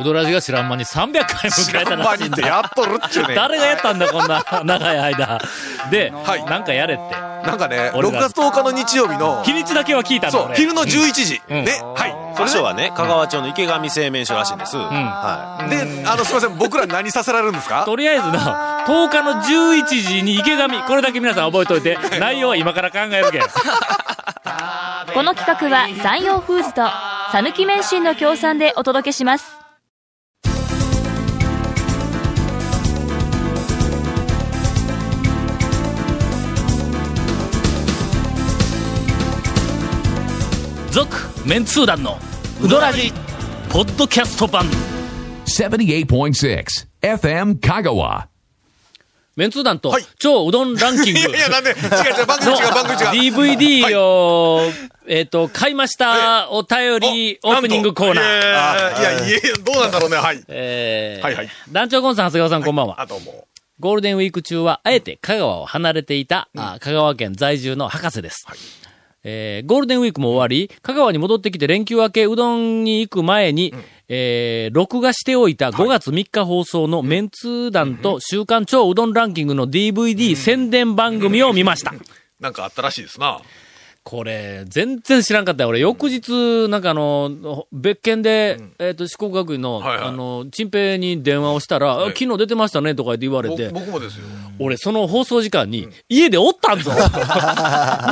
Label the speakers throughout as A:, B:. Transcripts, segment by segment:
A: うどらじが知らん間に300回迎えたらしいん
B: って
A: だ。
B: やっとるっちゅうねん。
A: 誰がやったんだ、こ んな長い間。で、
B: はい
A: なんかやれって。
B: なんかね、
A: 俺
B: 6
A: が
B: 月10日の日曜日の、
A: 日にちだけは聞いたんだ、
B: そう、
A: 俺。
B: 昼の11時。
A: うん
B: ね、はい。
C: それではね、香川町の池上製麺所らしいんです。は
B: で、あの、すいません、僕ら何させられるんですか
A: とりあえずな、10日の11時に池上、これだけ皆さん覚えといて、 内容は今から考えるけん。
D: この企画は山陽フーズと讃岐免震の協賛でお届けします
A: 続、メンツー団の、うどらじ、ポッドキャスト版。
E: 78.6 FM Kagawa.
A: メンツー団と
B: はい、
A: 超うどんランキング。
B: いやいや、なんで、違う違う、番組違う、番組違う。
A: DVD を、えっ、と、買いました、お便り、オープニングコーナー。
B: あいや、いや、どうなんだろうね、はい。
A: えー
B: はいはい
A: 団長コンさん、長谷川さん、こんばんは。
B: あ、どうも。
A: ゴールデンウィーク中は、あえて香川を離れていた、あ香川県在住の博士です。えーゴールデンウィークも終わり、香川に戻ってきて連休明け、うどんに行く前に、えー録画しておいた5月3日放送のメンツー団と週刊超うどんランキングの DVD 宣伝番組を見ました。
B: なんかあったらしいですな。
A: これ、全然知らんかったよ。俺、翌日、なんかあの、別件で、えっと、四国学院の、
B: はいはい
A: あの、陳平に電話をしたら、あ
B: い
A: 昨日出てましたね、とか言って言われて
B: 僕、僕もですよ。
A: 俺、その放送時間に、家でおった んぞに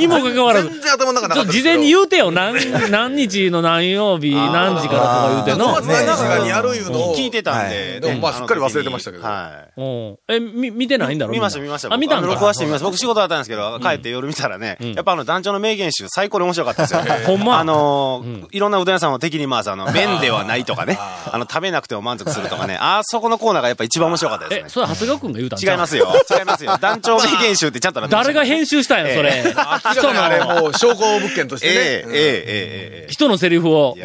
A: もかかわらず、
B: 全然頭の
A: ちょった
B: 中なかっ
A: と
B: です
A: 事
B: けど
A: 前に言うてよ、 何、何日の何曜日、何時からとか言うての
B: ま。ず何時かにやるいう
C: い。
B: のを。
C: 聞いてたんで。
B: でもまあ
C: の
B: すっかり忘れてましたけど
C: は
A: うんえ、み、見てないんだ
C: い。
A: ろ
C: 見ました、見ました。
A: あ、見たん
C: 僕
A: だ
C: 録。画して見ました。僕仕事だったんですけど、帰って夜見たらね、やっぱあの団長の名言集、最高に面白かったですよ。
A: ほんま
C: あのー、いろんなうどん屋さんを敵に回 す、あの、麺ではないとかね、あの、食べなくても満足するとかね、あそこのコーナーがやっぱ一番面白かったです
A: え
C: ね、。
A: それ、長谷川くんが言うたんちゃ
C: 違
A: う
C: いますよ。違いますよ。団長名言集ってちゃんとなってました
A: 誰が編集したんや、そ れ。
B: 明らかにあれ、もう、証拠物件とし
C: ええ
B: て
C: え
B: ね。
C: えええええ
A: 人のセリフを。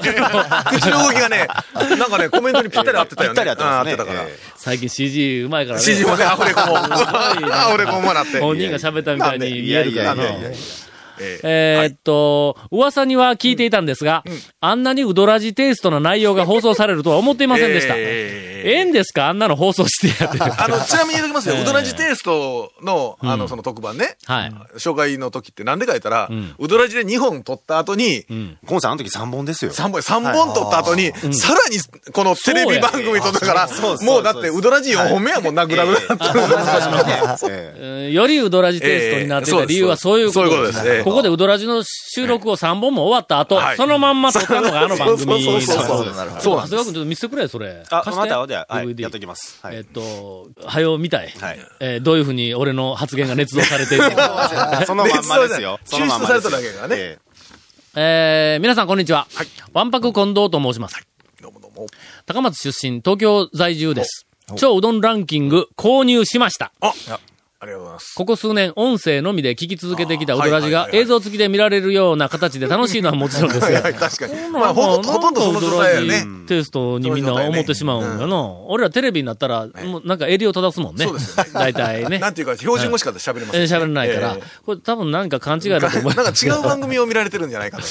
B: 口の動きがね、なんかね、コメントにぴったり合ってたよね。
C: ぴったり合ってますね
B: うん合ってたから
C: え。
A: 最近 CG うまいからね。
B: 指示もね、アフレコも。 アフレコもな って。
A: 本人が喋ったみたいに見えるから
C: いやいやいやい
A: な。
C: や
B: ええ
A: えーっと、噂には聞いていたんですが、あんなにウドラジテイストの内容が放送されるとは思っていませんでした。え
B: ええ
A: えんですかあんなの放送してやって。
B: あの、ちなみに言うときますよ。
A: ええ
B: うどらじテイストの、あの、その特番ね。
A: はい。
B: 紹介の時ってなんでか言ったら
A: ん、
B: うどらじで2本撮った後に、
C: えコンさん、あの時3本ですよ。
B: 3本、三本撮った後に、さらに、このテレビ番組とだから
C: そうや、
B: もうだって、うどらじ4本目はもうなぐらぐらだった
C: 同じ年のね え
A: う
C: え
A: んよりウドラジテイストになってた理由はそういうこと
B: そうですそういうことですええ
A: ここでウドラジの収録を3本も終わった後、
B: はい
A: そのまんま撮ったのがあの番組だ
B: そうそうそう
A: そ
B: そう
A: うです。
B: そう
A: 長
B: なん
A: 谷川君ち
B: です
A: ょっと見せてくれ、それ。
C: あ、
A: 貸し
C: ま
A: て
C: た、で、はい、
A: DVD
C: やっときます。は
A: えっ
C: い。
A: と、はよ見たい。
C: はい
A: えーどういうふうに俺の発言が捏造されているのか。
C: そのまんまですよ。
B: 抽
C: そのまん
B: 出
C: ま
B: さ
C: で
B: れ
C: す
B: ただけだからね。
C: え
A: えー皆さんこんにちは。わんぱく近藤と申します。
B: どうもどうも。
A: 高松出身、東京在住です。超うどんランキング購入しました。
B: あ、ありがとうございます。
A: ここ数年、音声のみで聞き続けてきた
B: あ
A: う
B: ー
A: どらじ
B: はい
A: が
B: はいはいはい
A: 映像付きで見られるような形で楽しいのはもちろんです
B: はい
A: が
B: は。い、確かに。 まあ、ほとんどほとんどその状態だよ
A: なん
B: ね
A: か。うどらじテイストにみんな思ってしまうんだな。俺らテレビになったら、もうなんか襟を正すもんね。
B: そうですよね
A: 大体ね。
B: なんていうか、標準語しか喋れま
A: え
B: せん
A: ー
B: ね。
A: 喋れないから
B: ええ。
A: これ多分なんか勘違いだと思
B: ないんか
A: ま
B: 違
A: す。
B: う番組を見られてるんじゃないかと。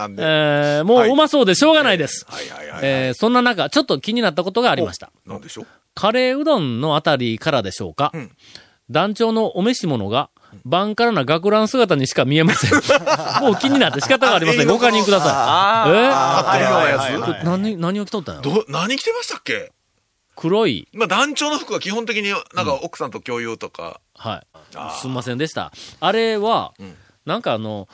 B: なんで。
A: えーもううまそうでしょうがないです。
B: はいはいはい。
A: えーそんな中、ちょっと気になったことがありました。
B: なんでしょう
A: カレーうどんのあたりからでしょうか、団長のお召し物が、バンカラな学ラン姿にしか見えません。もう気になって仕方がありません。
B: あ
A: ご確認ください。え
B: あ
C: え
B: ー
C: はい
B: あ
C: はいはい
A: ー何、何を着とったんやろ
B: ど、何着てましたっけ
A: 黒い、
B: まあ、団長の服は基本的になんか奥さんと共有とか。
A: はい。すんませんでした。あれは、なんかあの、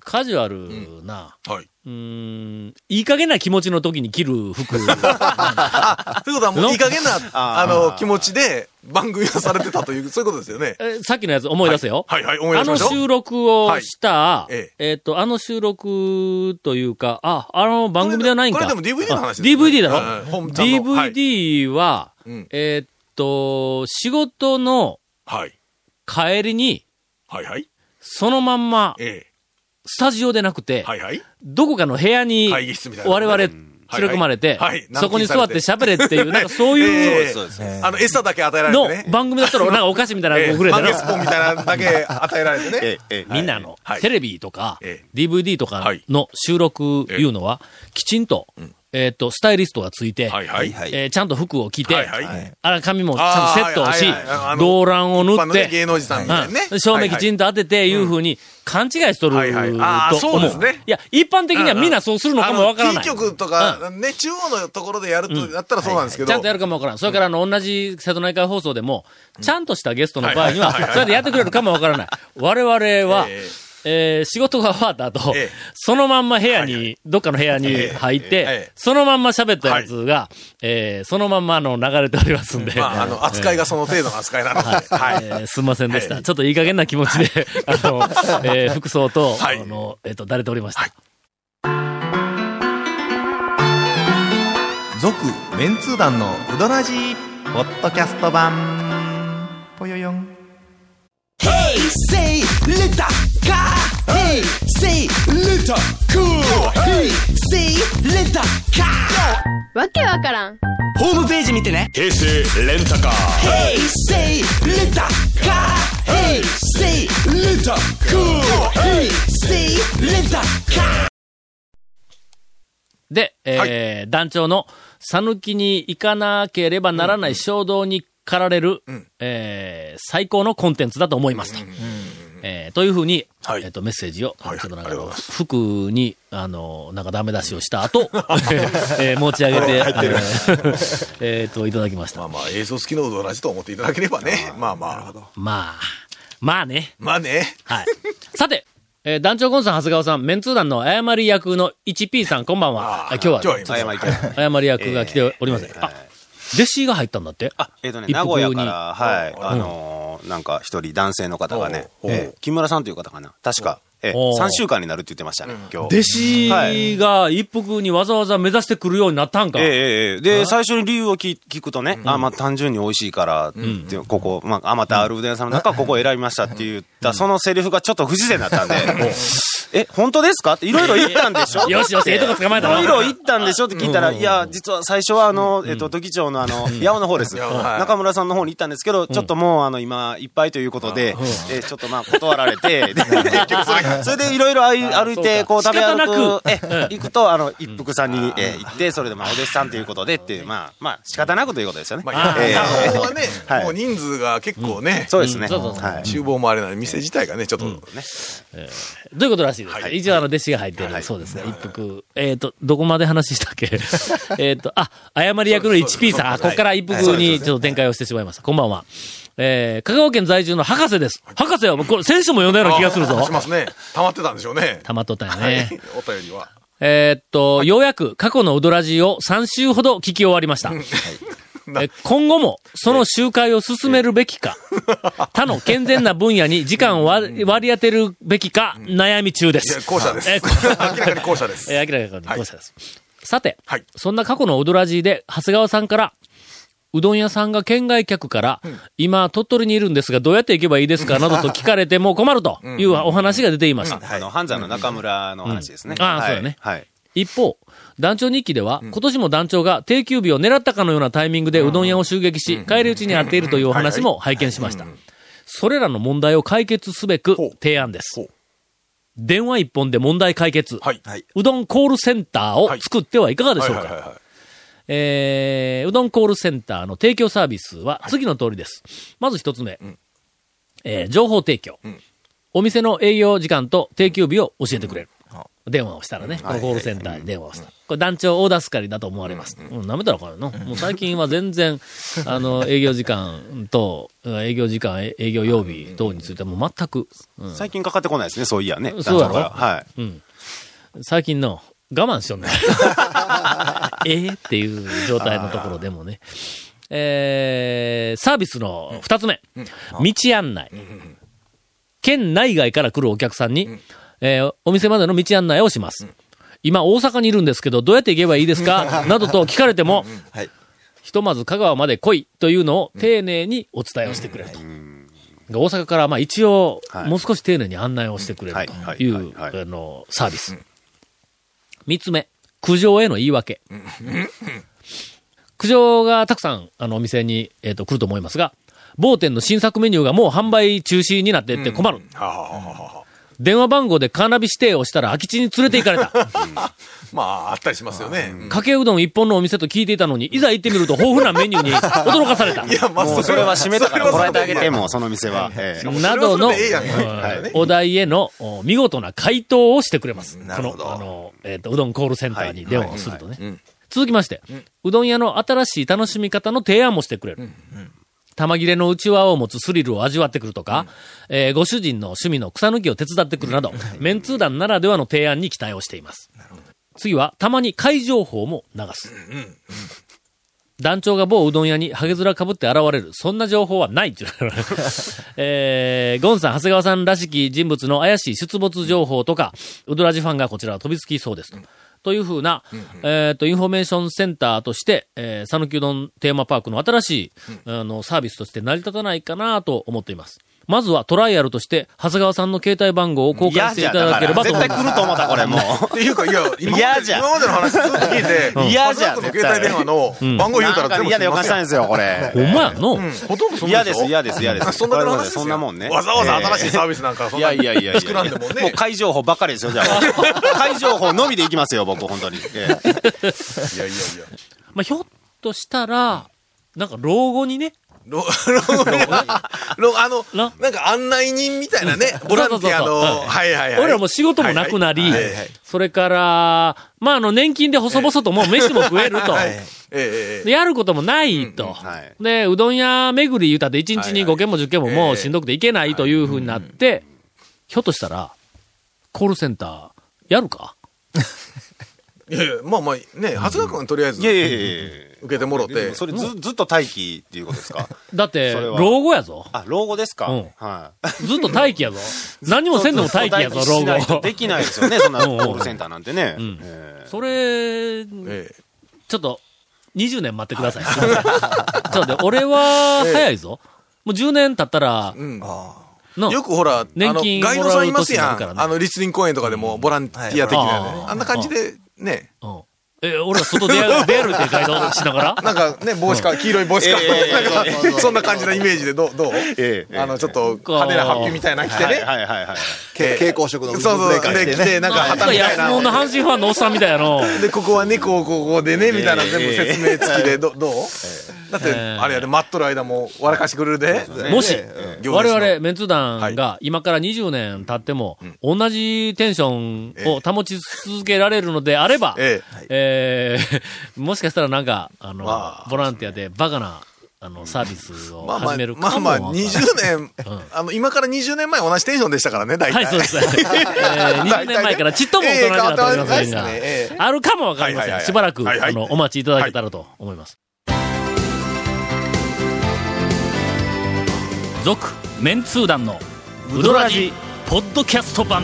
A: カジュアルな、
B: はい。
A: うーん、いい加減な気持ちの時に着る服。
B: ということはもういい加減な、
C: あ
B: あの、気持ちで番組をされてたと いう、そういうことですよね。
A: えさっきのやつ思い出せよ。
B: はいはい、思い出しまし
A: あ
B: ょ
A: の
B: う。
A: 収録をした、
B: いえ
A: えっ、と、あの収録というか、あ、あの番組ではないんか。
B: これこれでも DVD の話
A: あ
B: ですよね
A: DVD だろ、
B: はい本ちゃんのはい
A: ?DVD は、
B: うん
A: えっと、仕事の
B: はい。
A: 帰りに、
B: はいはい。
A: そのまんま、
B: え
A: スタジオでなくて、
B: え。はいはい。
A: どこかの部屋に、
B: 会議室みたいな
A: 我々、連
B: はい
A: れ込まれて、
B: はいはい
A: そこに座って
B: 軟禁さ
A: 喋れっていう、なんかそう
B: え
A: いう
B: え
C: そうですそうで
B: あの、餌だけ与えられ
A: の
B: てね。
A: 番組だったら、なんかお菓子みたいな
B: え
A: の
B: え
A: もくれた
B: 満
A: な
B: 月ポンみたいなのだけ与えられてね。
C: ええええ
A: みんなあの、
B: はい
A: テレビとか
B: え、
A: DVD とか
B: はい
A: の収録いうのは、きちんと、ええっ、と、スタイリストがついて、
B: はいはい。
F: はい
A: えーちゃんと服を着て、
B: はいはい
A: あら、髪もちゃんとセットをし
B: あーはいはいはいあ、の
A: 動乱を
B: 一
A: 塗
B: 般
A: っ
B: のね
A: て、
B: 芸能人さんみたいなね。
A: うん照明きちんと当てて、いうふうに勘違いしとる
B: はいはいあー
A: と思
B: そうですね
A: いや、一般的にはみんなそうするのかもわからない。
B: キー局とか、ね、中央のところでやると、だったらそうなんですけど。
A: ちゃんとやるかもわからん。それから、あの、同じ瀬戸内海放送でも、ちゃんとしたゲストの場合には、
B: はいはいはいはい
A: それでやってくれるかもわからない。我々は
B: ええ、
A: えー仕事が終わった後
B: ええ、
A: そのまんま部屋に、どっかの部屋に入っ
B: え
A: て
B: え、
A: そのまんま喋ったやつが、えーそのまんま、あの、流れておりますんで。
B: まあ、あの、扱いがその程度の扱いなので。はい。
A: えーすみませんでした。ちょっといい加減な気持ちで、あの、えー服装と、
B: はい
A: あの、えっ、と、だれておりました。
F: 続メンツー団のウドラジーポッドキャスト版ぽよよん
G: Say little car. Hey, say little cool. Hey, say little car.
H: わけわからん
G: ホームページ見てね。平成レンタカー。Hey, say little car. Hey, say little cool. Hey, say little car.
A: で、えー団長の、さぬきに行かなければならない衝動に駆られる、えー最高のコンテンツだと思いますと。えーというふうに、
B: はい
A: えっ、と、メッセージを、
B: はい
A: ちょっとなんか
B: ありがとうございま
A: 服に、あの、なんかダメ出しをした 後、えー持ち上げて、あのえっと、いただきました
B: ま。あまあ、映像好きのうどらじと思っていただければね。まあまあ。
A: まあ、まあね。
B: まあね。
A: はい。さて、えー団長コンさん、長谷川さん、メンツー団の誤り役の 1P さん、こんばんは。あ今日は、
B: 今日は
C: 謝りたい。
A: 誤り役が来ておりません。あ、弟子が入ったんだって
C: あ、えっ、とね、
A: 一
C: 名
A: 服
C: 古
A: に
C: 屋から、はい、あのーなんか一人男性の方がね、
B: おうおう
C: ええ木村さんという方かな、確か、ええ
A: おう
C: 3週間になるって言ってましたね、今日。
A: 弟子が一服にわざわざ目指してくるようになったんか。
C: ええええええで、最初に理由を聞聞くとね、あ、まあ単純に美味しいから、ってここ、まあ、あまたあるうどん屋さんの中、ここを選びましたって言った、そのセリフがちょっと不自然だったんで、え、本当ですかっていろいろ言ったんでし ょ
A: よしよし、ええとこ捕まえ
C: い
A: たな
C: ろいろ行ったんでしょって聞いたら、いや、実は最初は、あの、えっと、土器町のあの、八尾の方です。
B: はい
C: 中村さんの方に行ったんですけど、ちょっともう、あの、今、いっぱいということで、え、ちょっとまあ、断られて、でそれでいろいろ歩いて、こう、食べ歩く、え、行くと、あの、一服さんにえ行って、それでまあ、お弟子さんということでっていう、まあ、まあ、仕方なくということですよね。
B: まあ、
C: ええ
B: やっぱはね、
C: はい
B: もう人数が結構ね、
C: そうですね。
A: そうそうそう
C: はい
B: 厨房もあれなんで、店自体がね、ちょっと、
A: どういうことらしいですか、
B: はい
A: 一応あの弟子が入ってる。
C: はい
A: そうですね。一服。えっ、と、どこまで話したっ けえっと、あ、誤り役の 1P さん。あここから一服にちょっと展開をしてしまいました。こんばんは。えー、香川県在住の博士です。博士は、これ、選手も呼んだような気がするぞ。
B: しますね。溜まってたんでしょうね。
A: たまっとったよね。
B: お便りは。
A: えーっと、ようやく過去のウドラジを3週ほど聞き終わりました。え今後もその集会を進めるべきか、他の健全な分野に時間を割割り当てるべきか悩み中で
B: い
A: す。
B: や、後者です。
A: え
B: 明らかに後者です。
A: えー明らかに
B: はい
A: 後者です。さて、
B: はい
A: そんな過去のウドラジで長谷川さんから、うどん屋さんが県外客から、今、鳥取にいるんですが、どうやって行けばいいですかなどと聞かれても困るというお話が出ていました。
C: あの、半山の中村の話ですね。
A: うんあー
C: はい
A: そうだね
C: はい。
A: 一方、団長日記では、今年も団長が定休日を狙ったかのようなタイミングでうどん屋を襲撃し、帰り討ちに遭っているというお話も拝見しました。それらの問題を解決すべく提案です
B: ほう。
A: 電話一本で問題解決。
B: はい。
A: うどんコールセンターを作ってはいかがでしょう
B: はいはい
A: か
B: はいはい
A: えーうどんコールセンターの提供サービスは次の通りです。まず一つ目、えー情報提供、お店の営業時間と定休日を教えてくれる。電話をしたらね、このコールセンターに電話をした。これ団長大助かりだと思われます。うん、舐めたらあかんよな。もう最近は全然、あの、営業時間と、うん営業時間、え営業曜日等についてはもう全く、うん
C: 最近かかってこないですね、そういやね。
A: そうだろ
C: 団長からはい。
A: 最近の、我慢しとんねん。 ええっていう状態のところでもね。えー、サービスの二つ目。道案内。県内外から来るお客さんに、えーお店までの道案内をします。今大阪にいるんですけど、どうやって行けばいいですかなどと聞かれても、
F: はい。
A: ひとまず香川まで来いというのを丁寧にお伝えをしてくれると。大阪からまあ一応、
C: はい
A: もう少し丁寧に案内をしてくれる
C: うんはい
A: とい、
C: はいうはいはい
A: あの、サービス。三つ目、苦情への言い訳。苦情がたくさん、あの、お店に、えっ、と、来ると思いますが、某店の新作メニューがもう販売中止になってって困る。
B: はあはあはあは
A: 電話番号でカーナビ指定をしたら空き地に連れて行かれた。
B: まあ、あったりしますよね。
A: かけうどん一本のお店と聞いていたのに、いざ行ってみると豊富なメニューに驚かされた。
B: いや、まあ、
C: もうそれは閉めたから
B: そ
C: こ
B: れは
C: らえてあげて、もうその店は。ええ
A: などの、
B: それはそれでええやんか
A: うんお題へのお見事な回答をしてくれます。
B: なるほど
A: この、あの、えっ、と、うどんコールセンターに電話をするとね。
B: いうん
A: 続きまして、うどん屋の新しい楽しみ方の提案もしてくれる。玉切れの内輪を持つスリルを味わってくるとか、えーご主人の趣味の草抜きを手伝ってくるなど、メンツー団ならではの提案に期待をしています。次は、たまに会情報も流す。団長が某うどん屋にハゲヅラかぶって現れる。そんな情報はないって いうえー、ゴンさん、長谷川さんらしき人物の怪しい出没情報とか、ウドラジファンがこちらは飛びつきそうですと。というふうな、えっ、と、インフォメーションセンターとして、えー、讃岐うどんテーマパークの新しい、あの、サービスとして成り立たないかなと思っています。まずはトライアルとして、長谷川さんの携帯番号を交換していただければと思い
C: 絶
A: ま
C: 対
A: す
C: 来。ると思った、これもう。
B: っていうか、いや、今ま
C: 嫌
B: で
C: じゃん
B: 今までの話ずっと聞い て、
C: 嫌じゃん
B: 松田君の携帯電話の番号言うたら
C: なんか
B: 全部
C: 嫌な予感したんですよ、これ。
A: ほんまやの、
B: うんほとんどそんな
C: 嫌です、嫌です、嫌です。
B: そんな話ですよ
C: そんなもんね。
B: わざわざ新しい
C: え
B: サービスなんか、
C: え
B: そん
C: い
B: な
C: やいやいやいや。
B: 作らんでもね。
C: もう会情報ばっかりですよ、じゃ あ。会情報のみでいきますよ、僕、本当に。え え
B: いやいやいや。
A: まあ、ひょっとしたら、なんか老後にね、
B: ロ、ロ、ロ、あの
A: な、
B: なんか案内人みたいなね、ボランティア
A: そうそうそう
B: の、
A: そう
B: はいはいはい。
A: 俺らもう仕事もなくなり、
B: はいはいはい
A: それから、まあ、あの、年金で細々ともう飯も食えると。
B: はいええええ
A: でやることもないと。
C: はい
A: で、うどん屋巡り言うたって1日に5件も10件ももうしんどくていけないというふうになって、ひょっとしたら、コールセンター、やるか
B: いやいや、まあまあ、ね、長谷川君はとりあえず、
C: いやいや
B: 受
C: いやいや
B: けてもろて
C: そ、れずずっと待機っていうことですか
A: だって、
C: それは
A: 老後やぞ。
C: あ、老後ですか
A: うん
C: はい。
A: ずっと待機やぞ。何もせんでも待機や ぞ、
C: ずっと
A: 老
C: 待機しないと
A: 後。
C: できないですよね、そんな
A: うんうん
C: コールセンターなんてね。ええ
A: それ、
B: ええ
A: ちょっと、20年待ってください。すいませんちょっと待って、俺は早いぞ。もう10年経ったら、
B: ん
A: の
B: よくほら、あ
A: 年
B: の、ガ
A: 金
B: イドさんいます
A: もらう年になる
B: や
A: から
B: ん。
A: ね
B: あの、立林公園とかでもボランティア的な
A: はい
B: ね。あんな感じで、ね、
A: うん。え、俺は外出 歩出歩いてガイドしながら
B: なんかね、帽子か、黄色い帽子か、なんかそんな感じのイメージで、どう、どう
C: ええ
B: あの、ちょっと派手な発表みたいなの着てね。
C: はいはいはい。
F: 蛍光色の
B: そうそう、で、着て、なんか
A: なん
B: 旗
A: か
B: みたい
A: 安
B: な。
A: 物の阪神ファンのおっさんみたいやの。
B: で、ここはね、こう、こうこうでね、みたいな全部説明付きで、どどうだって、
A: え
B: あれやで、待っとる間も、笑かしてくれるで。
A: もし、
B: 行列の
A: 我々、メンツ団が今から20年経っても、同じテンションを保ち続けられるのであれば、
B: え
A: えー もしかしたらなんか、あの、
B: ま
A: ボランティアでバカな、あの、サービスを
B: まあまあ、
A: 始めるかも
B: まあまあ、
A: わからん
B: 20年、あの、今から20年前同じテンションでしたからね、大体。
A: はい、そうです。えー、20年前からちっとも大人になっておりませんが、
B: ええ変わってないですねえ
A: あるかもわかりません。
B: はいはいはい
A: しばらく、
B: はいはい
A: あの、お待ちいただけたらと思います。続、メンツー団の、ウドラジ、ポッドキャスト版。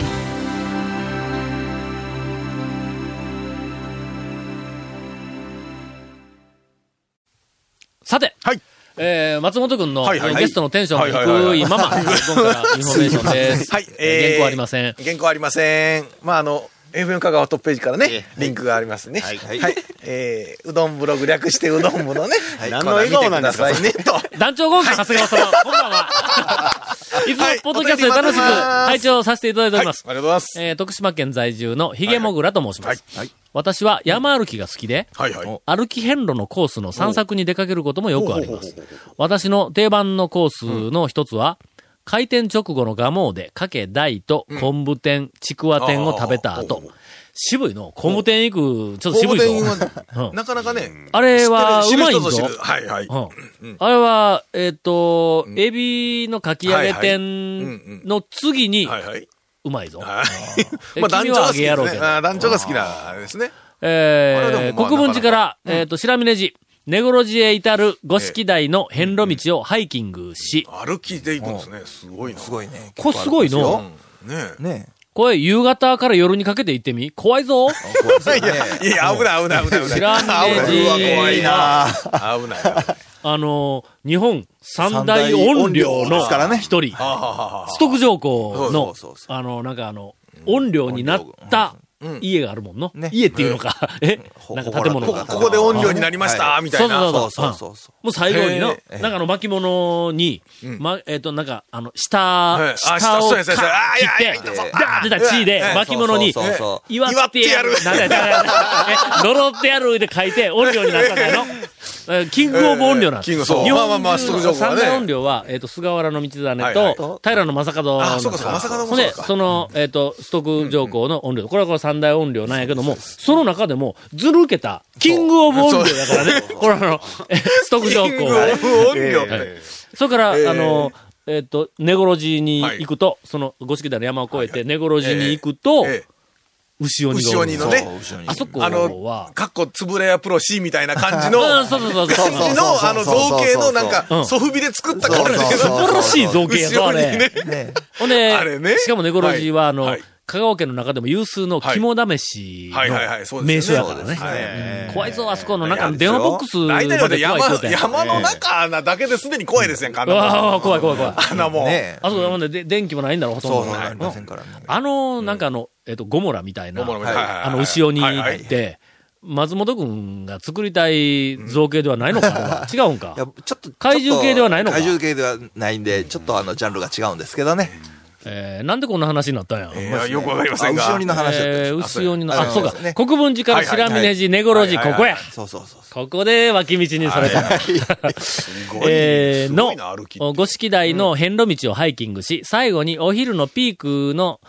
A: さて、
B: はい
A: えー、松本君の、
B: はいはいはい
A: ゲストのテンションが
B: はいはいは
A: 低
B: い
A: いまま、今からインフォメーションです。
B: はい、
A: えー原稿ありません。
B: 原稿ありません。まあ、あの、FM 香川トップページからね、リンクがありますね。はい。はい。えー、うどんブログ略してうどん 部のね、
C: 何の笑顔なんですか
B: コーナー見てくださいね、と。
A: 団長ゴンさん、長谷川様、こんばん は。いつもポッドキャストで楽しく拝聴させていただいてお
B: はい、
A: り
B: あり
A: ま
B: が
A: す。
B: とうございます。
A: えー徳島県在住のヒゲモグラと申します。私は山歩きが好きで、
B: はいはい。
A: 歩き遍路のコースの散策に出かけることもよくあります。私の定番のコースの一つは、開店直後のガモーで、かけ大と昆布天、ちくわ天を食べた後、渋いの、昆布天行く、ちょっと渋いぞ。
B: 公募店
A: う
B: は
A: ん
B: なかなかね、
A: あれは、うまい
B: 知る人
A: ぞ
B: ぞ知。るはいはい。
A: うん。あれは、えっ、と、エビのかき揚げ
B: はいはい
A: 店
B: うん
A: の次に、
B: はいはい。
A: うまい ぞ。
B: はい。
A: え
B: まあ団
A: 君
B: 長
A: は
B: が
A: あ
B: 好き
A: げ
B: で
A: や
B: す
A: ろうけ
B: ね。
A: ど。
B: あー団長が好きなあれですね。あれ
A: え
B: でも
A: ー、
B: まあ
A: 国分寺から、えっ、と、白峰寺、根室寺へ至る五色台の遍路道をハイキングし、
B: 歩きで行くんですね。すごいな。すごいね。
A: これすごいの。
B: ね
F: ね
A: これ夕方から夜にかけて行ってみ怖い ぞ。
B: え。いや、いや、危ない危ない危ない危ない。
A: 知らんね
B: 危ない。
A: じ
B: うわ、怖いな。危ない。
A: あのー、日本三大音量の一人、
B: あははは
A: ストック上皇の
B: そうそうそう、
A: あの、なんかあの、音量になった家があるもんの。
B: ね
A: 家っていうのか、 えなんか建物
B: こ
A: が。
B: ここで音量になりました、みたいな。
A: そうそうそう
B: そうそう
A: もう最後にの
B: へ、え
A: なんかあの巻物に、ま、えっ、と、なんか、あの、下
B: え、あ
A: 下を
B: そう
A: か
B: やそうやそうやあ
A: 切っ
B: いやいや
A: て、
B: 痛そう
A: ダーって出た血で
B: ええ
A: 巻物に
H: そうそうそうそ、
A: 祝ってやる。なんだよ、なんだよえ呪ってやるで書いて、音量になったんだ よの。えキングオブ音量なんです
B: ええキングそう
A: 日
B: まあまあまあすぐ情報が
A: 三
B: ね
A: 大音量は、えっ、と、菅原の道
B: は
A: 真
B: いはい
A: と、平野正門なんです
B: あそうかそうか正門も
A: ほん
B: そう
A: で、
B: か
A: その、えっ、と、ストック上皇の音量。これはこれ三大音量なんやけども、その中でも、ずるけた、キングオブ音量だからね。これあの、 えストック上
B: キン
A: 皇
B: グオブ音量。
A: それから、
B: えー
A: あの、えっ、と、根頃寺に
B: はい
A: 行くと、その、五色台の山を越えて、根頃寺に行くと、
B: ええ
A: 牛鬼が
B: 後
A: お
B: ろ
A: る
B: にのね、
A: あそこ
B: あ
A: は
B: の、、かっこつぶれやプロ C みたいな感じの、
A: あ
B: 感
A: そうそうそうそう。
H: そう
B: じの、あの、造形のなん
A: うん
B: か、ソフビで作った感
H: そう
B: じ
H: そう
A: 素
H: そう
A: 晴らしい造形やぞ、あ
B: 後ろ
A: れ
B: にね。
A: ほんで、
B: あれね
A: しかも根頃寺は、あの、
B: はいはい
A: 香川県の中でも有数の肝試し
B: はいはいはいそ
A: の
B: うで
A: 名所
B: すよ
A: や
B: ね
A: か
H: そ
A: ら
H: うですね
A: ね。うん怖いぞ、あそこの中の電話ボックスま
B: 大体の
A: で
B: で
A: 怖い
B: 山
A: 人、やった
B: 山の中なだけですでに怖いですやんか、あんなもん
A: わあ、怖い怖い怖い。
B: あんなもん。
F: ね
A: あそこ山でで電気もないんだろ、ほとんど。
F: そうそう、ありませんからね。
A: あの、なんかあの、えっと、ゴモラみたいな、
B: ゴモラみたいはい
A: あの、牛鬼
B: はいはい
A: って、松本くんが作りたい造形ではないのか、違うんか
H: いや、。ちょっと。
A: 怪獣系ではないのか
H: 怪獣系ではないんで、ちょっとあの、ジャンルが違うんですけどね。
A: えーなんでこんな話になったんや。
B: いやよくわかりませんが。
H: あ後ろにの話だったんで
A: え
H: す
A: ー、牛鬼の、
H: あ
A: あ、そ
H: そうう
A: か
H: ですね。
A: 国分寺から白峰寺、根頃寺、ここや。
H: そうそうそうそ
A: ここで脇道にそれた。えー
B: すご
A: の
B: いな歩きっ、て
A: お五色台の遍路道をハイキングし、最後にお昼のピークの、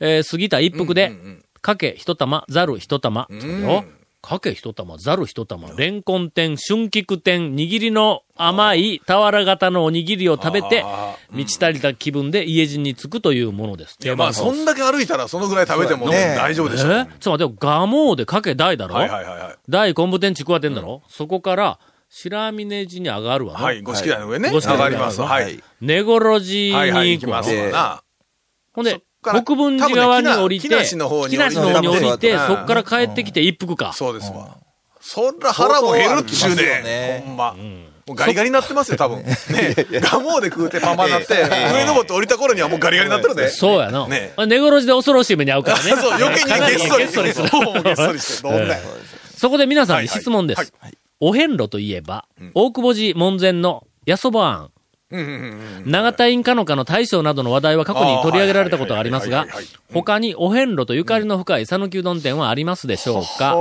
A: えー過ぎた一服で、かけ一玉、ざる一玉。そうよかけ一玉、ざる一玉、レンコン天、春菊天、握りの甘い俵型のおにぎりを食べて
B: あ、
A: 満ち足りた気分で家路に着くというものです。
B: いやまあ、そんだけ歩いたらそのぐらい食べても
H: そうだね
B: 大丈夫
A: え
B: でしょう。
A: ーちょっと待ってよ、ガモーでかけ大だろ
B: はいはいはいはい。
A: 大昆布天ちくわ天だろ、そこから、白峰寺に上がるわな。
B: はい、五色台の上ね。
A: 五
B: 上
A: 色台の
B: が
A: 上
B: ります。
A: 上
H: う。
B: は。
H: はいい。
A: 根頃寺
B: はいはい、
A: に行
B: 行き
A: くわ
B: ま
A: な。
B: すわな。
A: ほんで、
B: から
A: 国分寺側に降りて、
B: 多分ね木梨の方に
A: 木梨の方に降りて、
B: うん
A: そっから帰ってきて一服か。
B: そうですわ。そら腹も減るっちゅう
H: 相当歩きますよ
B: ね
H: ね。
B: ほんま。もうガリガリになってますよ、多分。ね。ガモーで食うてパンパンになって、上登って降りた頃にはもうガリガリになってるで。そ
A: そうやな。
B: ね
A: 根頃寺で恐ろしい目に遭うからね。
B: う、余計
A: かなり
B: に げっそり
A: げっそりする。
B: そうもうげっそりして、どんな
A: そこで皆さんに質問です。
B: はい
A: お遍路といえば、大久保寺門前の八そば庵、長田院かのかの大将などの話題は過去に取り上げられたことがあります
B: あ
A: が
B: ーはいはいはいはい、
A: 他にお遍路とゆかりの深い讃岐うどん店はありますでしょうか、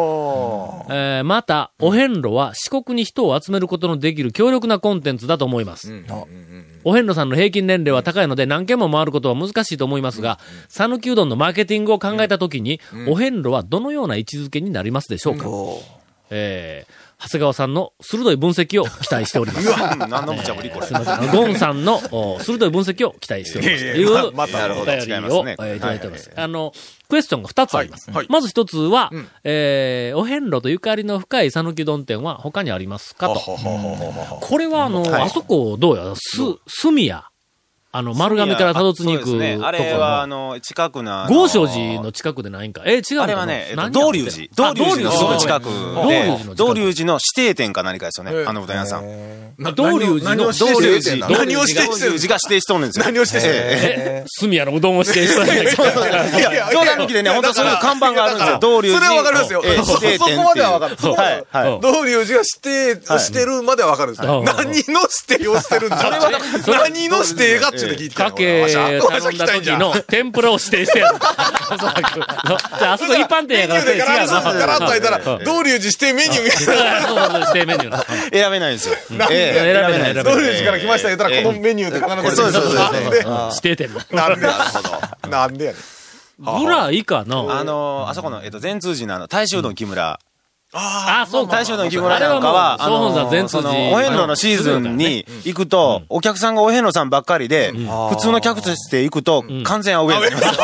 A: えーまた、お遍路は四国に人を集めることのできる強力なコンテンツだと思います。お遍路さんの平均年齢は高いので何軒も回ることは難しいと思いますが、讃岐うどんのマーケティングを考えたときに、お遍路はどのような位置づけになりますでしょうか、えー、長谷川さんの鋭い分析を期待しており ます。
C: 何の無茶ぶりこれ。
A: すみません。ゴンさんのお鋭い分析を期待しております。と
B: いや
A: い
B: いや
A: う、
B: ままた
A: お
C: なるほど違い
A: 便り
C: ます
A: を、
C: ね
A: えーいただいております。あの、クエスチョンが2つあります。
B: はいはい
A: まず1つは、えー、お遍路とゆかりの深い讃岐うどん店は他にありますかと。これは、あの、あそこ、どうや、す、すみや。あの、丸亀からたどつに行くと
C: そう
A: こ
C: ですねあれは、あ
A: ろ
C: の、近くのあ
A: の、
C: の。
A: 豪商寺の近くでないんか。えー、違うのかな
C: あれはね、えっと
A: 何や
C: 道隆寺。
A: あ
C: 道隆寺のすぐ近く
A: 道隆寺の近
C: で
A: く、
C: 道隆寺の指定店か何かですよね
B: ええ、
C: あのうどん屋さん。
B: な
A: 道隆寺の
B: 何を
C: 道
B: して
C: 隆
B: る
C: 寺。
B: 何をして
C: 道隆寺が指定しとるんですよ。
B: 何をしてしてる
A: え、すみやのうどんを指定したんだけど。
B: いやいや
C: 冗談抜きでね、
B: いや
C: 本当その
B: だから
C: 看板があるんですよ。道隆寺。
B: それはわかりますよ
C: ええ
B: そ
C: 指定店ってい
B: そこまではわかる
C: うそうはい、はい。
B: 道隆寺が指定をしてるまではわかるんですよ
A: うん
B: 何の指定をしてるんだ何の指定がっちゅうて聞いてた
A: か
B: の
A: け
B: わしゃ
A: 頼
B: 聞
A: ん
B: き
A: だ
B: たいん
A: 時
B: じゃん
A: の天ぷらを指定してやる。おそらくじゃあ、あそこ一般店やから
B: メニューでガラッとガラッと開いたら、
A: うん
B: 道隆寺指定メニューみたいな。
A: そうそうそう指定メニューの。
C: 選べないんですよ。
A: 選
C: 選
A: べない、選べ
B: 道
A: ない。
B: 隆寺から来ました言ったら、このメニューって必ず出てくる
H: そうですそうです
A: 指定店の。
B: なんでなんでやねん。
A: ぐらいかな。
C: あのー、あそこの、えっと、善通寺のあの、大衆の木村。
A: あ、そうか。
C: 大衆の木村なんかは、
A: あ
C: あ
A: れはもう
C: の
A: 総本山全
C: ー、
A: 通
C: そ
A: 寺
C: の、お遍路のシーズンに行くと、お客さんがお遍路さんばっかりで、普通の客として行くと、完全アウェイになります。で、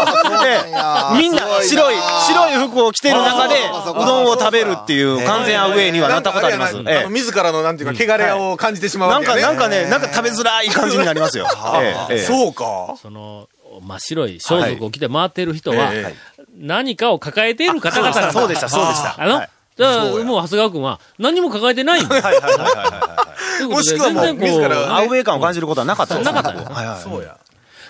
C: みんな白い、白い服を着てる中で、うどんを食べるっていう、完全アウェイにはなったことあります。
B: なんかあれやな
C: え
B: あの
C: え
B: 自らのなんていうか、汚れを感じてしまう
C: な
B: わ
C: ん
B: けや
C: か、
B: ね。
C: なんかね、なんか食べづらい感じになり ますよ。ええええ
B: そうか。
A: その、真っ白い装束を着て回ってる人は
B: え、
A: 何かを抱えている方々なんだ
C: そうでした、そうでした。
A: あの、じゃあ、もう長谷川君は何も抱えてないんだ。はいはいはい。
B: もしくはもう自ら
C: アウェイ感を感じることはなかったです
A: なかったよ
C: はいはい。
B: そうや。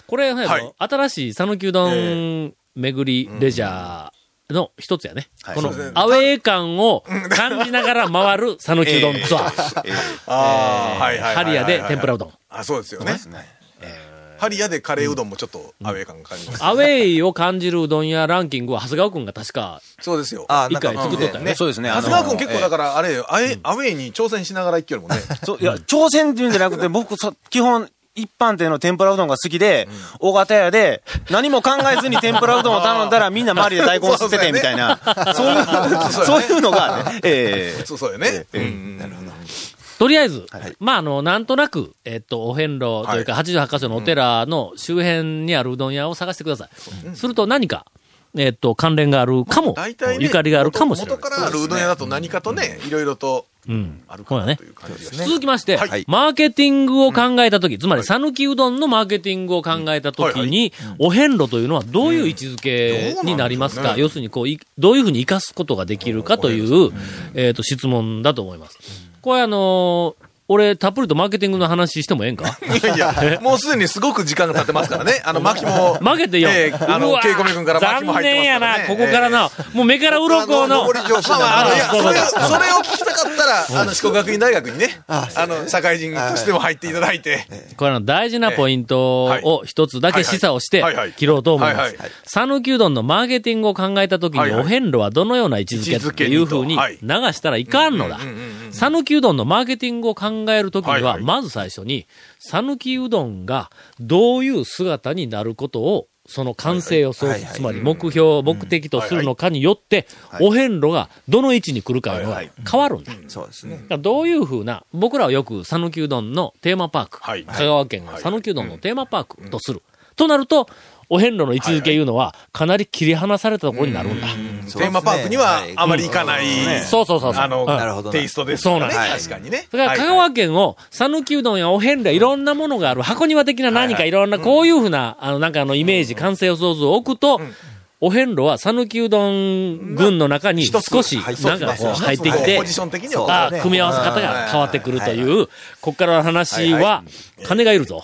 A: これ、ね
B: はい
A: 新しい讃岐うどん巡りレジャーの一つやね。
C: はい
A: この
C: そうですね
A: アウェー感を感じながら回る讃岐うどん ツアー。
B: ああ、はいはいはいはいはい。
A: ハリアで天ぷらうどん。
B: あ、そうですよね。ハリアでカレーうどんもちょっとアウェー感が感じます。
A: アウェイを感じるうどん屋ランキングは長谷川くんが確か
B: そうですよ。
H: ああ、
A: 一
H: なんか
A: 回作っとったよね。
C: そうですね。あの
B: 長谷川君結構だから、あれよ、アウェーアウェーに挑戦しながら行ってるもんね。
C: そういや、挑戦っていうんじゃなくて、僕、そ基本、一般店の天ぷらうどんが好きで、大型屋で、何も考えずに天ぷらうどんを頼んだら、みんな周りで大根吸ってて、みたいな。そういう、そういうのがね、ええ
B: そうそうよね。うんうん
A: とりあえず、まあ、あの、なんとなく、えっと、お遍路というか、88箇所のお寺の周辺にあるうどん屋を探してください。すると何か、えっと、関連があるかも
B: 大体、、ね、
A: ゆかりがあるかもしれない
B: 元。からあるうどん屋だと何かとね、いろいろと
A: うん。
B: あるかなという感じがしますね。
A: 続きまして、
B: はい
A: マーケティングを考えたとき、つまり、讃岐うどんのマーケティングを考えたとき
B: うんはい
A: に、お遍路というのはどういう位置づけになります
B: うんどうなんでしょ
A: か、要
B: うね
A: するにこうい、どういうふうに生かすことができるかという、えっ、と、質問だと思います。これあのー俺、たっぷりとマーケティングの話してもええんか
B: いやいや、もうすでにすごく時間が経ってますからね。あの、巻も。
A: 負けてよ。
B: ええあ
A: う
B: の、
A: わ
B: ケイコメ君から巻も入
A: 残
B: って
A: 念
B: ま
A: やな、
B: すから、ね。
A: ここからな、もう目から鱗の。
H: 上り上司
B: まあまあ、あの、いや、
A: そう
B: そ
A: そう
B: れを、それを聞きたかったら、あの、四国学院大学にね、あの、社会人としても入っていただいて、
A: これあの大事なポイントを一つだけ示唆をして
B: はいはいはいはい
A: 切ろうと思いま
B: はい
A: す
B: はい。
A: 讃岐うどんのマーケティングを考えたとき
B: はい
A: に
B: はい
A: お遍路はどのような位置づけっていうふうに
B: 位置づけ
A: 流したらいかんのだ
B: うんうんうんうんう。ん
A: 讃岐うどんのマーケティングを考えるときに
B: はい
A: は、
B: はい
A: まず最初に、讃岐うどんがどういう姿になることを、その完成予想、
H: はいはい
A: つまり目標、目的とするのかによって、お遍路がどの位置に来るかが変わるんだ。
H: そうです
A: だ
H: ね。
A: からどういうふうな、僕らはよく讃岐うどんのテーマパーク、
B: はい
A: 香川県が讃岐うどんのテーマパークとする。となると、お遍路の位置づけいうのは、かなり切り離されたところになるんだ。
H: そうですね
B: テーマパークには
H: はい
B: あまり行かない、
A: そうそうそうそう。
B: あの
A: うん
H: なるほどな
B: テイストですからね。
A: そうなん
H: です
B: 確かにね。
A: だから香川県を、讃岐うどんやお遍路やいろんなものがある、箱庭的な何かいろんな、こういうふうな、あの、なんかあの、イメージ、完成予想図を置くと、お遍路は讃岐うどん群の中に
B: 一つ
A: 少し、
H: はい
A: なんかこう入ってき
B: そう
A: て
B: ポ、ジション的に
H: そう
B: は。
A: あ組み合わせ方が変わってくると
H: はい
A: いう、こっからの話
B: はい
A: は、金がいるぞ。